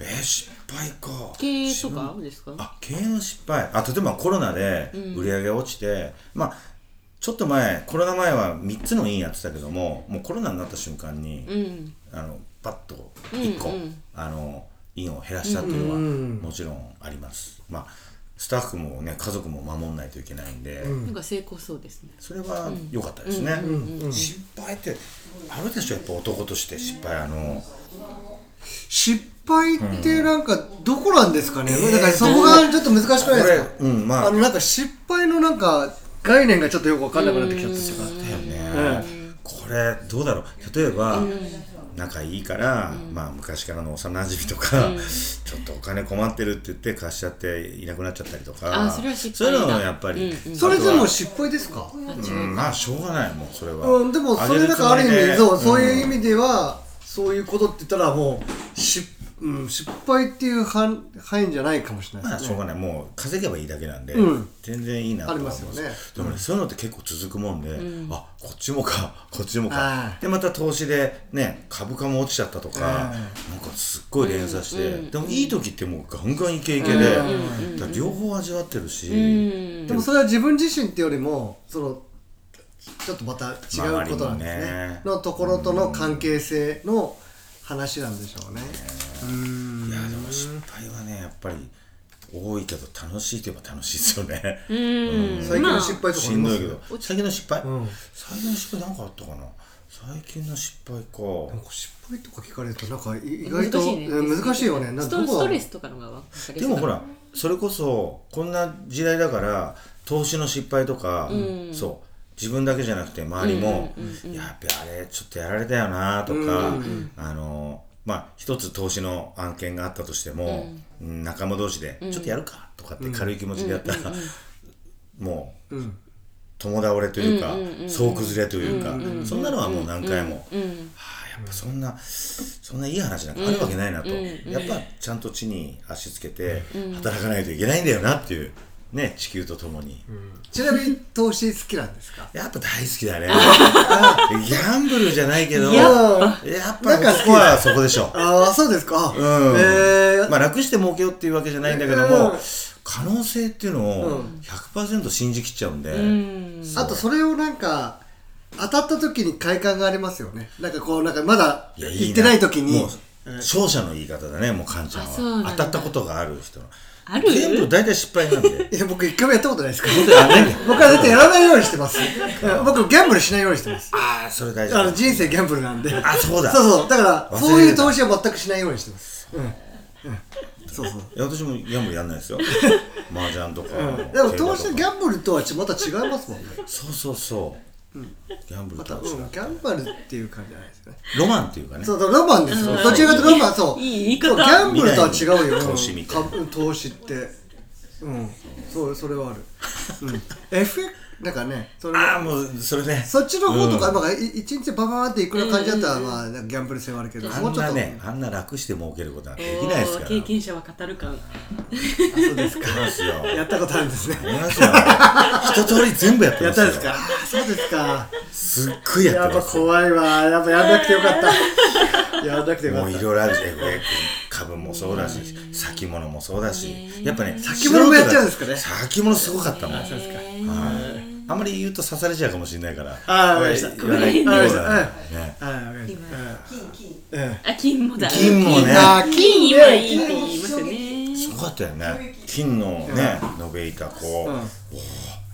[SPEAKER 3] えー、失敗か
[SPEAKER 1] 経営とかですか
[SPEAKER 3] あ経営の失敗あ例えばコロナで売り上げが落ちて、まあちょっと前コロナ前は3つの院やってたけどももうコロナになった瞬間に、
[SPEAKER 1] うん
[SPEAKER 3] あのパッと1個、
[SPEAKER 1] うんうん
[SPEAKER 3] あの院を減らしたっていうのは
[SPEAKER 2] うん
[SPEAKER 3] もちろんあります、まあスタッフもね家族も守んないといけないんで、
[SPEAKER 1] なんか成功そうですね
[SPEAKER 3] それは良かったですね、失敗ってあるでしょやっぱ男として失敗あの
[SPEAKER 2] 失敗ってなんかどこなんですかね、だからそこがちょっと難しく
[SPEAKER 3] こ
[SPEAKER 2] ないで
[SPEAKER 3] れ
[SPEAKER 2] すか、
[SPEAKER 3] うんまあ
[SPEAKER 2] あのなんか失敗のなんか概念がちょっとよく分かんなくなってきちゃったしか
[SPEAKER 3] だよね、これどうだろう例えば、仲いいから、まあ昔からの幼馴染とか、ちょっとお金困ってるって言って貸しちゃっていなくなっちゃったりとか
[SPEAKER 1] あそれは失敗だ
[SPEAKER 3] そういうのもやっぱり、
[SPEAKER 1] うん
[SPEAKER 2] それで
[SPEAKER 3] あと
[SPEAKER 2] も
[SPEAKER 3] は
[SPEAKER 2] 失敗ですか
[SPEAKER 3] うんまあしょうがないもうそれは、
[SPEAKER 2] うん、でもそれなんかある意
[SPEAKER 3] げ
[SPEAKER 2] 味
[SPEAKER 3] つも
[SPEAKER 2] そう
[SPEAKER 3] りで
[SPEAKER 2] そういう意味では、そういうことって言ったらもうし、うん、失敗っていう範範囲じゃないかもしれない
[SPEAKER 3] ま
[SPEAKER 2] で
[SPEAKER 3] あ
[SPEAKER 2] す
[SPEAKER 3] しょ
[SPEAKER 2] ね
[SPEAKER 3] う、がないもう稼げばいいだけなんで、
[SPEAKER 2] うん
[SPEAKER 3] 全然いいなとは思い
[SPEAKER 2] ありますよね
[SPEAKER 3] でもね、そういうのって結構続くもんで、あこっちもかこっちも
[SPEAKER 2] あ
[SPEAKER 3] か
[SPEAKER 2] ー
[SPEAKER 3] でまた投資でね株価も落ちちゃったとかなんかすっごい連鎖して、でもいい時ってもうガンガンイケイケで、だから両方味わってるし、
[SPEAKER 1] うん
[SPEAKER 2] でもそれは自分自身ってよりもそのちょっとまた違うことなんですね,、
[SPEAKER 3] 周りのね
[SPEAKER 2] のところとの関係性の話なんでしょうね、うん
[SPEAKER 3] いやでも失敗はねやっぱり多いけど楽しいといえば楽しいですよね、
[SPEAKER 1] うん
[SPEAKER 2] 最近の失敗とかあ
[SPEAKER 3] し
[SPEAKER 2] り
[SPEAKER 3] ん
[SPEAKER 2] ま
[SPEAKER 3] ど
[SPEAKER 2] す
[SPEAKER 3] いけど最近の失敗、
[SPEAKER 2] ん
[SPEAKER 3] 最近の失敗なんかあったかな最近の失敗か
[SPEAKER 2] なんか失敗とか聞かれるとなんかい意外と
[SPEAKER 1] 難しいね
[SPEAKER 2] うん難しいよねなん
[SPEAKER 1] ス
[SPEAKER 2] か
[SPEAKER 1] ト
[SPEAKER 2] ど
[SPEAKER 1] ス
[SPEAKER 2] こだろ
[SPEAKER 1] ト
[SPEAKER 2] う
[SPEAKER 1] レスとかのが分かりやすい
[SPEAKER 3] でもほらそれこそこんな時代だから投資の失敗とか、そう自分だけじゃなくて周りも、やっぱあれちょっとやられたよなとか、あのまあ一つ投資の案件があったとしても、うん仲間同士で、ちょっとやるかとかって軽い気持ちでやったら、もう、友倒れというか、総崩れというか、そんなのはもう何回も、はあやっぱそんなそんないい話なんかあるわけないなと、やっぱちゃんと地に足つけて働かないといけないんだよなっていうね地球とともに、
[SPEAKER 2] ちなみに投資好きなんですか
[SPEAKER 3] やっぱ大好き だねギャンブルじゃないけどやっぱ男はそこでしょ
[SPEAKER 2] ああそうですか、
[SPEAKER 3] うん
[SPEAKER 2] えー
[SPEAKER 3] まあ、楽して儲けようっていうわけじゃないんだけども、
[SPEAKER 2] うん
[SPEAKER 3] 可能性っていうの
[SPEAKER 2] う
[SPEAKER 3] を
[SPEAKER 2] ん
[SPEAKER 3] 100%信じきっちゃうんで、
[SPEAKER 2] あとそれをなんか当たった時に快感がありますよねなんかこうなんかまだ
[SPEAKER 3] や
[SPEAKER 2] 行ってない時に
[SPEAKER 3] もう勝者の言い方だねもうカンちゃん
[SPEAKER 1] あそうな
[SPEAKER 3] は
[SPEAKER 1] ん
[SPEAKER 3] 当
[SPEAKER 1] だ
[SPEAKER 3] たったことがある人の
[SPEAKER 1] ある
[SPEAKER 3] 全部大体失敗なんで
[SPEAKER 2] いや僕一回もやったことないですから僕は絶対やらないようにしてますうん僕ギャンブルしないようにしてます
[SPEAKER 3] ああそれ大事
[SPEAKER 2] あの人生ギャンブルなんで
[SPEAKER 3] あそうだ
[SPEAKER 2] そうそうだから
[SPEAKER 3] 忘れてた
[SPEAKER 2] そういう投資は全くしないようにしてますうん、うん、そうそう
[SPEAKER 3] いや私もギャンブルやんな いですよ麻雀とか
[SPEAKER 2] でも投資とギ
[SPEAKER 3] ャン
[SPEAKER 2] ャンブルとはちまた違いますもんね
[SPEAKER 3] そうそうそう、ギャンブル
[SPEAKER 2] ま
[SPEAKER 3] と
[SPEAKER 2] た、う
[SPEAKER 3] は
[SPEAKER 2] ん、
[SPEAKER 3] 違
[SPEAKER 2] ギ
[SPEAKER 3] う、
[SPEAKER 2] ャンブルっていう感じじゃないですよね
[SPEAKER 3] ロマンっていうかね
[SPEAKER 2] そうそうロマンですよどちらかというとロマンそう
[SPEAKER 1] いい言い方
[SPEAKER 2] そうギャンブルとは違うよ
[SPEAKER 3] 投資みたいな
[SPEAKER 2] か投資ってうんそうそれはある、うん、FX なんかねそれ
[SPEAKER 3] ああもうそれね
[SPEAKER 2] そっちの方とか、
[SPEAKER 3] うん
[SPEAKER 2] なんかい一日ババーンっていくら感じだったら、まあ、ギャンブル性はあるけど、
[SPEAKER 3] あ
[SPEAKER 2] もうんちょっ
[SPEAKER 3] な
[SPEAKER 2] と、
[SPEAKER 3] ねあんな楽して儲けることなんてできないですから
[SPEAKER 1] 経験者は語る感
[SPEAKER 2] あそうですか。
[SPEAKER 3] ありますよ
[SPEAKER 2] やったことあるんですね。
[SPEAKER 3] ありますよ一通り全部やって
[SPEAKER 2] や
[SPEAKER 3] ま
[SPEAKER 2] った
[SPEAKER 3] すよ
[SPEAKER 2] んですか。あーそうですか。
[SPEAKER 3] すっごいや
[SPEAKER 2] や
[SPEAKER 3] っ
[SPEAKER 2] ってぱ
[SPEAKER 3] ます
[SPEAKER 2] 怖いわ。やっぱやんなくてよかった。やんなくてよ
[SPEAKER 3] も
[SPEAKER 2] か
[SPEAKER 3] う
[SPEAKER 2] っ
[SPEAKER 3] い
[SPEAKER 2] た。
[SPEAKER 3] ろいろあるし、え、え株もそうだし先物もそうだし
[SPEAKER 1] ね
[SPEAKER 3] やっぱね
[SPEAKER 2] 先物もやっちゃうんですかね
[SPEAKER 3] 先物すごかったもん
[SPEAKER 1] そうですか。
[SPEAKER 3] はいあんまり言うと刺されちゃうかもしれないから
[SPEAKER 2] あーわかりました
[SPEAKER 3] 言わない
[SPEAKER 2] ごめんなさい
[SPEAKER 3] 言わないね
[SPEAKER 2] はいわかりました
[SPEAKER 4] 金金
[SPEAKER 2] うんうん
[SPEAKER 1] あ、金もだ。
[SPEAKER 3] 金もね
[SPEAKER 2] あー
[SPEAKER 1] 金
[SPEAKER 2] 金
[SPEAKER 1] 今いい
[SPEAKER 2] ね
[SPEAKER 1] って言いますよね。
[SPEAKER 3] すごかったよね金のね延べ板こ
[SPEAKER 2] う
[SPEAKER 3] う、
[SPEAKER 2] ん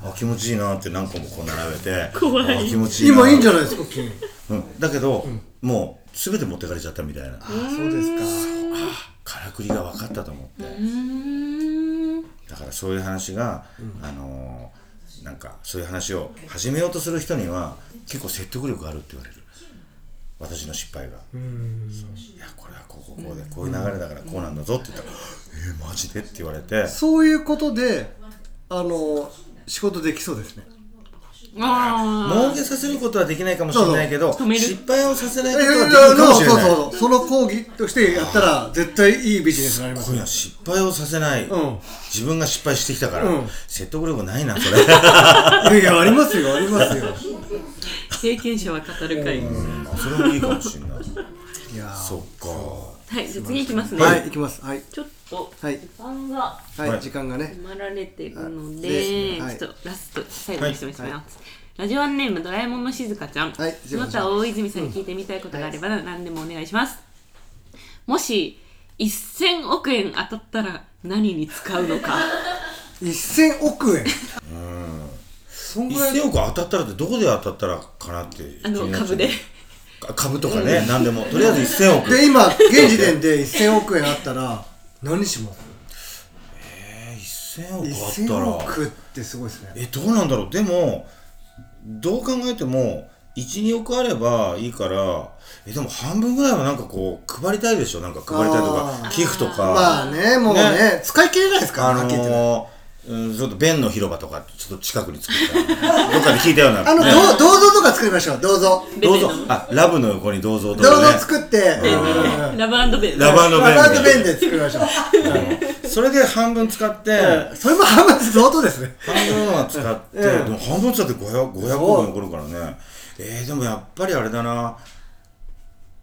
[SPEAKER 3] あ気持ちいいなって何個もこう並べて
[SPEAKER 1] 怖い
[SPEAKER 3] あ気持ちいいな
[SPEAKER 2] 今いいんじゃないですか金
[SPEAKER 3] うん、だけど、もう全て持ってかれちゃったみたいなあ
[SPEAKER 2] そうですか
[SPEAKER 3] からくりが分かったと思って、
[SPEAKER 1] うーん。
[SPEAKER 3] だからそういう話が、あのーなんかそういう話を始めようとする人には結構説得力があるって言われる私の失敗が、そういやこれはこうこうこうでこういう流れだからこうなんだぞって言ったら「えーマジで?」って言われて
[SPEAKER 2] そういうことであの仕事できそうですね
[SPEAKER 1] あ
[SPEAKER 3] 儲けさせることはできないかもしれないけど
[SPEAKER 1] う止める
[SPEAKER 3] 失敗をさせない
[SPEAKER 2] い
[SPEAKER 3] こ
[SPEAKER 2] や
[SPEAKER 3] と
[SPEAKER 2] いやいや
[SPEAKER 3] はできるかも
[SPEAKER 2] そ
[SPEAKER 3] し
[SPEAKER 2] う
[SPEAKER 3] れない
[SPEAKER 2] そうそうその講義としてやったら絶対いいビジネスになります
[SPEAKER 3] 今夜失敗をさせない、
[SPEAKER 2] うん
[SPEAKER 3] 自分が失敗してきたから、
[SPEAKER 2] うん
[SPEAKER 3] 説得力ないなそれ
[SPEAKER 2] いやいやありますよありますよ
[SPEAKER 1] あ、経験者は語る会。
[SPEAKER 3] それもいいかもしれない
[SPEAKER 2] いやー
[SPEAKER 3] そっか
[SPEAKER 1] はい、じゃあ次いきますね。
[SPEAKER 2] はい行きますはい
[SPEAKER 1] ちょっと、
[SPEAKER 2] はい
[SPEAKER 1] 時間が
[SPEAKER 2] は
[SPEAKER 3] はい
[SPEAKER 2] い時間がね
[SPEAKER 1] 迫られてるの
[SPEAKER 2] あで
[SPEAKER 1] で、
[SPEAKER 2] はい
[SPEAKER 1] ちょっとラスト、最後に質問します。ラジオアンネームドラえもんのしずかちゃん、
[SPEAKER 2] はい
[SPEAKER 1] その他大泉さんに聞いてみたいことがあれば何でもお願いします、もし1000億円当たったら何に使うの か
[SPEAKER 2] 1000億円そんぐらい
[SPEAKER 3] 1000億当たったらってどこで当たったらかなって
[SPEAKER 1] あの
[SPEAKER 3] 気になっちゃう
[SPEAKER 1] 株で
[SPEAKER 3] か株とかね、何でもとりあえず1000億
[SPEAKER 2] で今現時点で1000億円あったら何します
[SPEAKER 3] えー1000億
[SPEAKER 2] 1000
[SPEAKER 3] あったら
[SPEAKER 2] 億ってすごいですね
[SPEAKER 3] えどうなんだろうでもどう考えても12億あればいいからえでも半分ぐらいはなんかこう配りたいでしょなんか配りたいと
[SPEAKER 2] あ
[SPEAKER 3] か
[SPEAKER 2] ー
[SPEAKER 3] 寄付とか
[SPEAKER 2] まあねもうね
[SPEAKER 3] ね
[SPEAKER 2] 使い切れないですか
[SPEAKER 3] あ
[SPEAKER 2] らはっきり言って
[SPEAKER 3] のーうん、ちょっと弁の広場とかちょっと近くに作ったどっかで聞いたような
[SPEAKER 2] あの
[SPEAKER 3] ね
[SPEAKER 2] どう銅像とか作りましょう銅像
[SPEAKER 3] 銅像あラブの横に銅像と
[SPEAKER 2] 銅
[SPEAKER 3] か
[SPEAKER 2] 像
[SPEAKER 3] ね
[SPEAKER 2] 作ってうん
[SPEAKER 1] ラブベル
[SPEAKER 3] ラバーの弁
[SPEAKER 2] ラバードベンで作りましょう
[SPEAKER 3] それで半分使って、
[SPEAKER 2] それも半分相当ですね。
[SPEAKER 3] 半分は使って、
[SPEAKER 2] うん
[SPEAKER 3] でも半分使って 500, 500億残るからねえー、でもやっぱりあれだな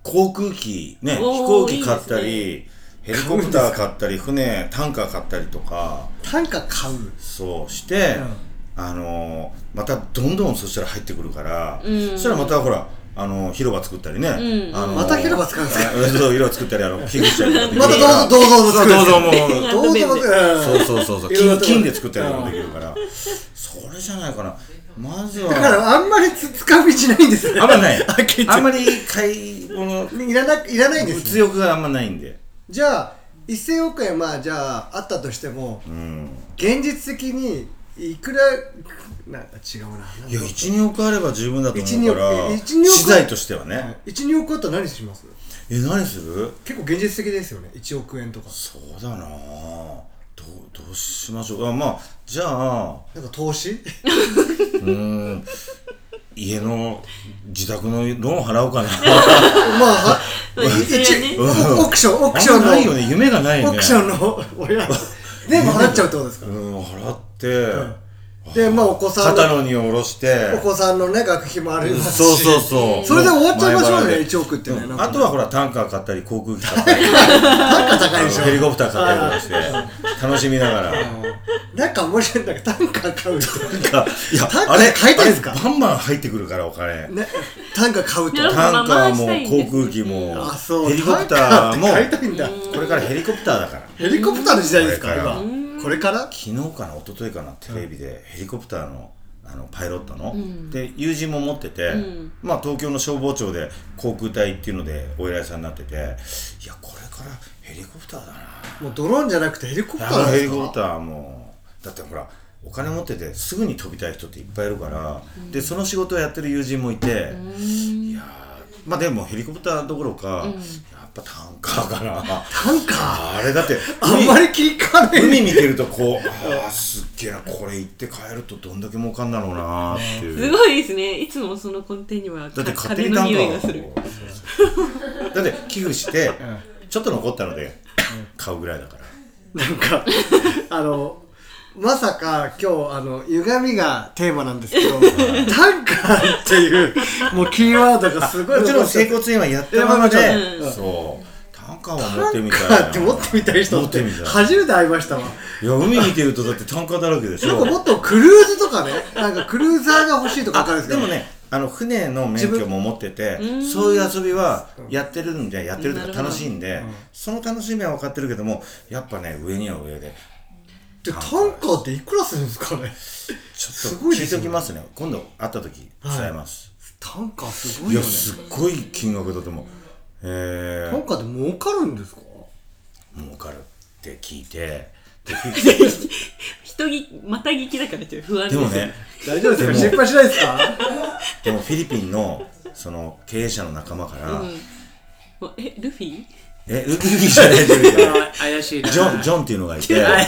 [SPEAKER 3] 航空機ね飛
[SPEAKER 1] お
[SPEAKER 3] 行
[SPEAKER 1] ー
[SPEAKER 3] 機買ったり
[SPEAKER 1] い
[SPEAKER 3] ヘリコプター買ったり船タンカー買ったりとか
[SPEAKER 2] 単価買う。
[SPEAKER 3] そうして、あのーまたどんどんそしたら入ってくるから、そしたらまたほらあのー広場作ったりね、あのー
[SPEAKER 2] また広場使うんですか
[SPEAKER 3] あそう広場作ったり あの寄付したりとかできる
[SPEAKER 2] ま
[SPEAKER 3] か
[SPEAKER 2] た
[SPEAKER 3] ら
[SPEAKER 2] 銅像、銅像
[SPEAKER 3] そ
[SPEAKER 2] 作
[SPEAKER 3] う
[SPEAKER 2] る。
[SPEAKER 3] 銅像も
[SPEAKER 2] 銅像作
[SPEAKER 3] そう
[SPEAKER 2] る。
[SPEAKER 3] そうそうそう
[SPEAKER 2] いろいろ
[SPEAKER 3] 金
[SPEAKER 2] と
[SPEAKER 3] 金で作ったりもできるからそれじゃないかなまず
[SPEAKER 2] だから
[SPEAKER 3] は
[SPEAKER 2] あんまりつ使う道ないんですね。
[SPEAKER 3] あんまない
[SPEAKER 2] あ結局
[SPEAKER 3] あんまり買い物
[SPEAKER 2] いらない、いらないんです
[SPEAKER 3] 物
[SPEAKER 2] ね。
[SPEAKER 3] 欲があんまないんで
[SPEAKER 2] じゃあ、1000億円、まあ、じゃあ、あったとしても、
[SPEAKER 3] うん
[SPEAKER 2] 現実的に、いくら、なんか違うな。
[SPEAKER 3] いや12億あれば十分だと思うから
[SPEAKER 2] 1 2億1 2億
[SPEAKER 3] 資材としてはね
[SPEAKER 2] 1、2億あったら何します
[SPEAKER 3] え何する
[SPEAKER 2] 結構現実的ですよね。1億円とか。
[SPEAKER 3] そうだなどうどうしましょうあまあじゃあ
[SPEAKER 2] なんか投 資
[SPEAKER 3] うーん家の自宅のローン払お うかな
[SPEAKER 2] まあ、
[SPEAKER 1] そうですよね
[SPEAKER 2] 一オークション、オークショ
[SPEAKER 3] あ
[SPEAKER 2] ン
[SPEAKER 3] んま
[SPEAKER 2] の。
[SPEAKER 3] ないよね夢がないよ
[SPEAKER 2] オ
[SPEAKER 3] ね
[SPEAKER 2] ークションの親全部払っちゃうってことですか
[SPEAKER 3] うん、払って、
[SPEAKER 2] でまあお子さん
[SPEAKER 3] 肩
[SPEAKER 2] の
[SPEAKER 3] の荷を下ろして
[SPEAKER 2] お子さんのね学費もあるし
[SPEAKER 3] そうそうそう
[SPEAKER 2] それで終わっちゃいましょうね
[SPEAKER 3] 前払いで
[SPEAKER 2] 1億ってね
[SPEAKER 3] うん
[SPEAKER 2] なんか
[SPEAKER 3] あとはほらタンカー買ったり航空機買ったり
[SPEAKER 2] 単価高いでしょ
[SPEAKER 3] ヘリコプター買ったりとかして楽しみながらなん
[SPEAKER 2] なんか面白いんだけど単価買うって
[SPEAKER 3] かいや
[SPEAKER 2] タンカー
[SPEAKER 3] あれ
[SPEAKER 2] 買いたいですか
[SPEAKER 3] あれバンバン入ってくるからお金
[SPEAKER 2] ね単価買うと
[SPEAKER 1] なるほど
[SPEAKER 3] タンカー
[SPEAKER 1] ま
[SPEAKER 3] も
[SPEAKER 1] あ回したいんです
[SPEAKER 3] 航空機も
[SPEAKER 2] あそう
[SPEAKER 3] ヘリコプターも
[SPEAKER 2] 単価って買いたいんだ
[SPEAKER 3] これからヘリコプターだから
[SPEAKER 2] ヘリコプターの時代ですか
[SPEAKER 3] これから
[SPEAKER 2] 今これから
[SPEAKER 3] 昨日かな一昨日かなテレビでヘリコプターのあのパイロットの、で友人も持ってて、
[SPEAKER 1] ん
[SPEAKER 3] まあ、東京の消防庁で航空隊っていうのでお偉いさんになってていやこれからヘリコプターだな
[SPEAKER 2] もうドローンじゃなくてヘリコプター
[SPEAKER 3] あ
[SPEAKER 2] なん
[SPEAKER 3] の
[SPEAKER 2] で
[SPEAKER 3] ヘリ
[SPEAKER 2] す
[SPEAKER 3] コプ
[SPEAKER 2] か
[SPEAKER 3] ターもだってほらお金持っててすぐに飛びたい人っていっぱいいるから、でその仕事をやってる友人もいて、いやーまあでもヘリコプターどころか、やっぱタンカーかな
[SPEAKER 2] 単価
[SPEAKER 3] あれだって
[SPEAKER 2] あんまり聞かない
[SPEAKER 3] 海見てるとこうああすっげえなこれ行って帰るとどんだけ儲かんだろうなーってい
[SPEAKER 1] す
[SPEAKER 3] う
[SPEAKER 1] ごいですねいつもその根底には
[SPEAKER 3] だって勝
[SPEAKER 1] 風
[SPEAKER 3] 手に
[SPEAKER 1] の
[SPEAKER 3] 単価
[SPEAKER 1] 匂い
[SPEAKER 3] を
[SPEAKER 1] がする
[SPEAKER 3] だって寄付してちょっと残ったので買うぐらいだから
[SPEAKER 2] なん かあのまさか今日あの歪みがテーマなんですけど単価っていうもうキーワードがすごい
[SPEAKER 3] もちろん
[SPEAKER 2] 残っちゃっ
[SPEAKER 3] 整
[SPEAKER 2] て
[SPEAKER 3] 骨院はやったままで
[SPEAKER 2] うん
[SPEAKER 3] そう単ンカーは持ってみたい
[SPEAKER 2] カーって持ってみたい人
[SPEAKER 3] 持
[SPEAKER 2] っ
[SPEAKER 3] って
[SPEAKER 2] て
[SPEAKER 3] みたい
[SPEAKER 2] 初めて会いましたわ
[SPEAKER 3] いや海見てるとだってタンカーだらけでし
[SPEAKER 2] なん
[SPEAKER 3] ょ
[SPEAKER 2] かもっとクルーズとかねなんかクルーザーが欲しいとかわかるん
[SPEAKER 3] あ
[SPEAKER 2] ですけ
[SPEAKER 3] で
[SPEAKER 2] ど
[SPEAKER 3] もねあの船の免許も持ってて
[SPEAKER 1] 分
[SPEAKER 3] そういう遊びはやってるんでやってると
[SPEAKER 1] なる
[SPEAKER 3] か
[SPEAKER 1] ほど
[SPEAKER 3] 楽しいんでその楽しみは分かってるけどもやっぱね上には上で
[SPEAKER 2] でタンカーっていくらするんですかね
[SPEAKER 3] ちょ
[SPEAKER 2] す
[SPEAKER 3] っと
[SPEAKER 2] ごい
[SPEAKER 3] 聞
[SPEAKER 2] で
[SPEAKER 3] い
[SPEAKER 2] す
[SPEAKER 3] て
[SPEAKER 2] よ
[SPEAKER 3] お
[SPEAKER 2] ね
[SPEAKER 3] きますね今度会った時伝えます、
[SPEAKER 2] タンカーすご
[SPEAKER 3] い、
[SPEAKER 2] いよ
[SPEAKER 3] や
[SPEAKER 2] ね
[SPEAKER 3] すっごい金額だと思うえ
[SPEAKER 2] タ
[SPEAKER 3] ー
[SPEAKER 2] ンカーって儲かるんですか
[SPEAKER 3] 儲かるって聞いて
[SPEAKER 1] 人ぎまた聞きだからちょっと不安で
[SPEAKER 3] ですもね
[SPEAKER 2] 大丈夫ですか
[SPEAKER 3] でも
[SPEAKER 2] 心配しないですか
[SPEAKER 3] でもフィリピンのその経営者の仲間から「
[SPEAKER 1] うんおえルフィ
[SPEAKER 3] え ウキウキじゃないでみたいな
[SPEAKER 2] 怪しい
[SPEAKER 3] ジョンジョンっていうのがいて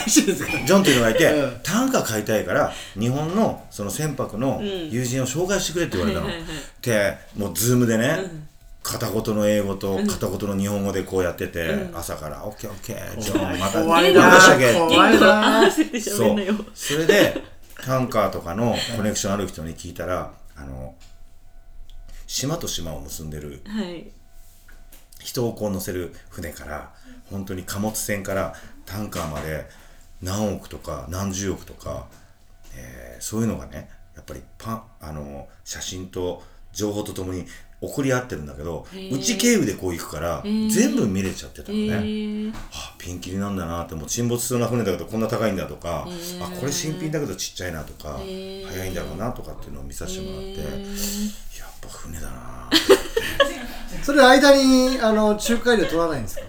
[SPEAKER 2] しいですか
[SPEAKER 3] ジョンっていうのがいて、
[SPEAKER 2] うん
[SPEAKER 3] 単価買いたいから日本のその船舶の
[SPEAKER 1] ん
[SPEAKER 3] 友人を紹介してくれって言われたの。
[SPEAKER 1] はいはいはい
[SPEAKER 3] でもうズームでね、
[SPEAKER 1] ん
[SPEAKER 3] 片言の英語と片言の日本語でこうやってて、朝から「オッケーオッケージョンまた
[SPEAKER 2] 怖
[SPEAKER 1] いな
[SPEAKER 3] 任してけ」
[SPEAKER 2] 怖い
[SPEAKER 1] 言語合
[SPEAKER 2] な
[SPEAKER 1] わせて
[SPEAKER 3] そ
[SPEAKER 1] 喋んなよ
[SPEAKER 3] うそれでタンカーとかのコネクションある人に聞いたらあの島と島を結んでる
[SPEAKER 1] はい
[SPEAKER 3] 人をこう乗せる船から本当に貨物船からタンカーまで何億とか何十億とか、えーそういうのがねやっぱりパンあの写真と情報とともに送り合ってるんだけど
[SPEAKER 1] ー
[SPEAKER 3] うち経由でこう行くから
[SPEAKER 1] ー
[SPEAKER 3] 全部見れちゃってた
[SPEAKER 1] え
[SPEAKER 3] のね。
[SPEAKER 1] ー、
[SPEAKER 3] あピンキリなんだなってもう沈没しそうな船だけどこんな高いんだとか、
[SPEAKER 1] ー
[SPEAKER 3] あこれ新品だけどちっちゃいなとか、
[SPEAKER 1] へー
[SPEAKER 3] 早いんだろうなとかっていうのを見させてもらって、
[SPEAKER 1] へー
[SPEAKER 3] やっぱ船だな
[SPEAKER 2] それ間にあの仲介料取らないんですか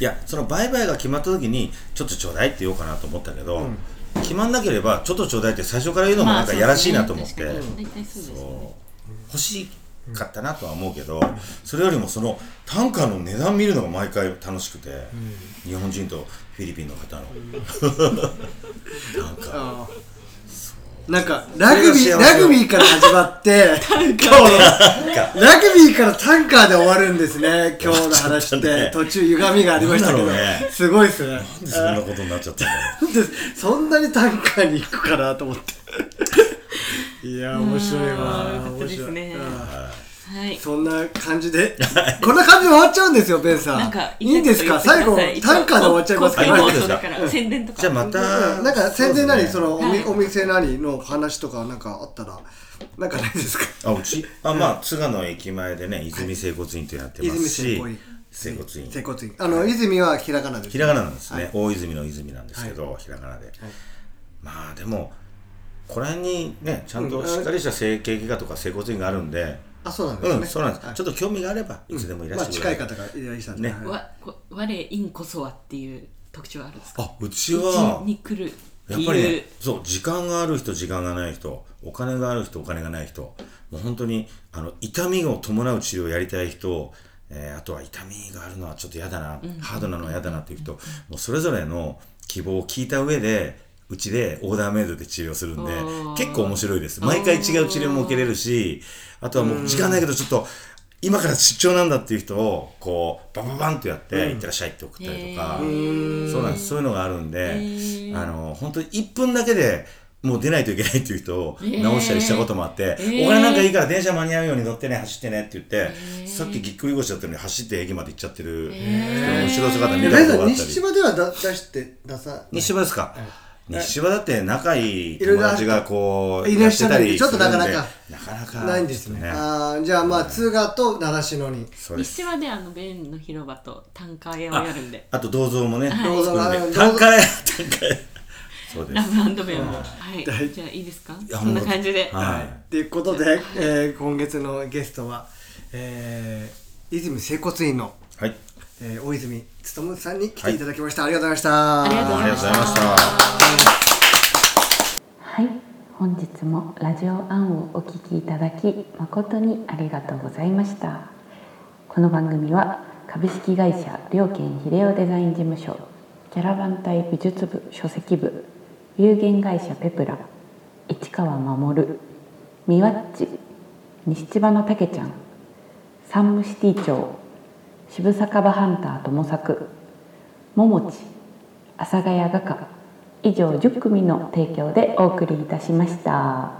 [SPEAKER 3] いやその売買が決まった時にちょっとちょうだいって言おうかなと思ったけど、決まんなければちょっとちょうだいって最初から言うのもなんかやらしいなと思って、
[SPEAKER 1] まあそうですね確かに大体そうですよね
[SPEAKER 3] そう欲しかったなとは思うけど、それよりもその単価の値段見るのが毎回楽しくて、日本人とフィリピンの方の 単価。
[SPEAKER 2] あなんかラグビ
[SPEAKER 3] それ
[SPEAKER 2] ー
[SPEAKER 3] が幸せよ
[SPEAKER 2] ラグビーから始まって今日のラグビーからタンカーで終わるんですね今日の話っ
[SPEAKER 3] 終わっちゃった
[SPEAKER 2] て
[SPEAKER 3] ね
[SPEAKER 2] 途中歪みがありましたけど
[SPEAKER 3] なんだろうね
[SPEAKER 2] すごいですね
[SPEAKER 3] なんでそんなことになっちゃったんだ ろ
[SPEAKER 2] なんでそんなにタンカーに行くかなと思っ ていや面白い
[SPEAKER 1] あ
[SPEAKER 2] わ
[SPEAKER 1] ーよかった
[SPEAKER 2] 面
[SPEAKER 1] です
[SPEAKER 2] 白
[SPEAKER 1] ね
[SPEAKER 2] いうん
[SPEAKER 1] はい
[SPEAKER 2] そんな感じでこんな感じで終わっちゃうんですよベンさ
[SPEAKER 1] なん
[SPEAKER 2] ん
[SPEAKER 1] か
[SPEAKER 2] いいんですか最後タンカーで終わっちゃいますか
[SPEAKER 3] あ
[SPEAKER 2] ら
[SPEAKER 3] いい
[SPEAKER 1] 今
[SPEAKER 3] んですか
[SPEAKER 1] だから宣伝とか
[SPEAKER 3] じゃあまた
[SPEAKER 2] うんなんか宣伝なり、そ
[SPEAKER 3] の
[SPEAKER 2] のおみお店なりの話とかなんかあったら、なんかないです か
[SPEAKER 3] あうちあまあ津賀の駅前でね泉整骨院とやってますし
[SPEAKER 2] 泉
[SPEAKER 3] 整骨院
[SPEAKER 2] 整骨院。あの、泉はひらがなです。
[SPEAKER 3] ひらがななんですね、大泉の泉なんですけど、ひらがなで、まあでもこれにねちゃんとしっかりした整形外科とか整骨院があるんで
[SPEAKER 2] あ、そうなんで
[SPEAKER 3] う
[SPEAKER 2] す
[SPEAKER 3] ん、
[SPEAKER 2] ね。
[SPEAKER 3] そうなんです、
[SPEAKER 2] はい
[SPEAKER 3] ちょっと興味があればいつでもいら
[SPEAKER 2] まあ、
[SPEAKER 3] っしゃ
[SPEAKER 2] 近
[SPEAKER 3] い
[SPEAKER 2] い
[SPEAKER 3] くださ
[SPEAKER 2] 方がいらっしゃるんで
[SPEAKER 3] ね
[SPEAKER 2] はい
[SPEAKER 1] わこ我インこそはっていう特徴はあるんですか
[SPEAKER 3] いあうち
[SPEAKER 1] う
[SPEAKER 3] は
[SPEAKER 1] ちに来る
[SPEAKER 3] やっぱりね、そう、時間がある人、時間がない人、お金がある人、お金がない人、もう本当に、あの、痛みを伴う治療をやりたい人、えーあとは痛みがあるのはちょっと嫌だな、ハードなのは嫌だなっていう人、もうそれぞれの希望を聞いた上で、うちでオーダーメイドで治療するんで
[SPEAKER 1] おー、
[SPEAKER 3] 結構面白いです。毎回違う治療も受けれるし、あとはもう時間ないけど、ちょっと、今から出張なんだっていう人を、こう、バンバンバンとやって、いってらっしゃいって送ったりとか、そうなんです。そういうのがあるんで、
[SPEAKER 1] ー
[SPEAKER 3] あの、本当に1分だけで、もう出ないといけないっていう人を直したりしたこともあって、
[SPEAKER 1] ー
[SPEAKER 3] お金なんかいいから電車間に合うように乗ってね、走ってねって言って、さっきぎっくり腰だったのに走って駅まで行っちゃってる人の後ろ姿見
[SPEAKER 2] え
[SPEAKER 3] た
[SPEAKER 2] ベン
[SPEAKER 3] こと
[SPEAKER 2] さ
[SPEAKER 3] があ
[SPEAKER 2] ん、
[SPEAKER 3] ったり。
[SPEAKER 2] 西島ではだ出して、出さ、
[SPEAKER 3] 西芝ですか、西芝だって仲いい
[SPEAKER 2] いろい
[SPEAKER 3] 友
[SPEAKER 2] ろある
[SPEAKER 3] 達がこう、
[SPEAKER 2] いらっしゃるんで
[SPEAKER 3] やてたりするんで
[SPEAKER 2] ちょっとなかなか
[SPEAKER 3] なかなか。
[SPEAKER 2] ないんですね。
[SPEAKER 3] ちょっと
[SPEAKER 2] あーじゃあまあ、通賀と習志野に。
[SPEAKER 3] そうです。
[SPEAKER 1] 西はであの弁の広場とタンカー屋をやるんで
[SPEAKER 3] あと銅像もね、
[SPEAKER 2] 銅像が
[SPEAKER 3] 作るんで
[SPEAKER 2] あの
[SPEAKER 3] 高い、高い。そうで
[SPEAKER 1] ラ
[SPEAKER 3] す。
[SPEAKER 1] ブベンもはいじゃあいいですか
[SPEAKER 3] や
[SPEAKER 1] そんな感じで
[SPEAKER 3] はい。
[SPEAKER 2] ということで、えー今月のゲストは、えー、泉整骨院の、
[SPEAKER 3] はい。
[SPEAKER 2] えー大泉勉さんに来ていただきました。ありがとうございました。
[SPEAKER 1] ありがとうございました
[SPEAKER 3] ありがとうございました。
[SPEAKER 7] はい、本日もラジオアンをお聞きいただき誠にありがとうございました。この番組は株式会社両県秀夫デザイン事務所キャラバン隊美術部書籍部有限会社ペプラ市川守みわっち西千葉のたけちゃんサンムシティ町渋酒場ハンター友作ももち阿佐ヶ谷画家以上10組の提供でお送りいたしました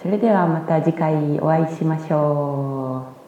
[SPEAKER 7] それではまた次回お会いしましょう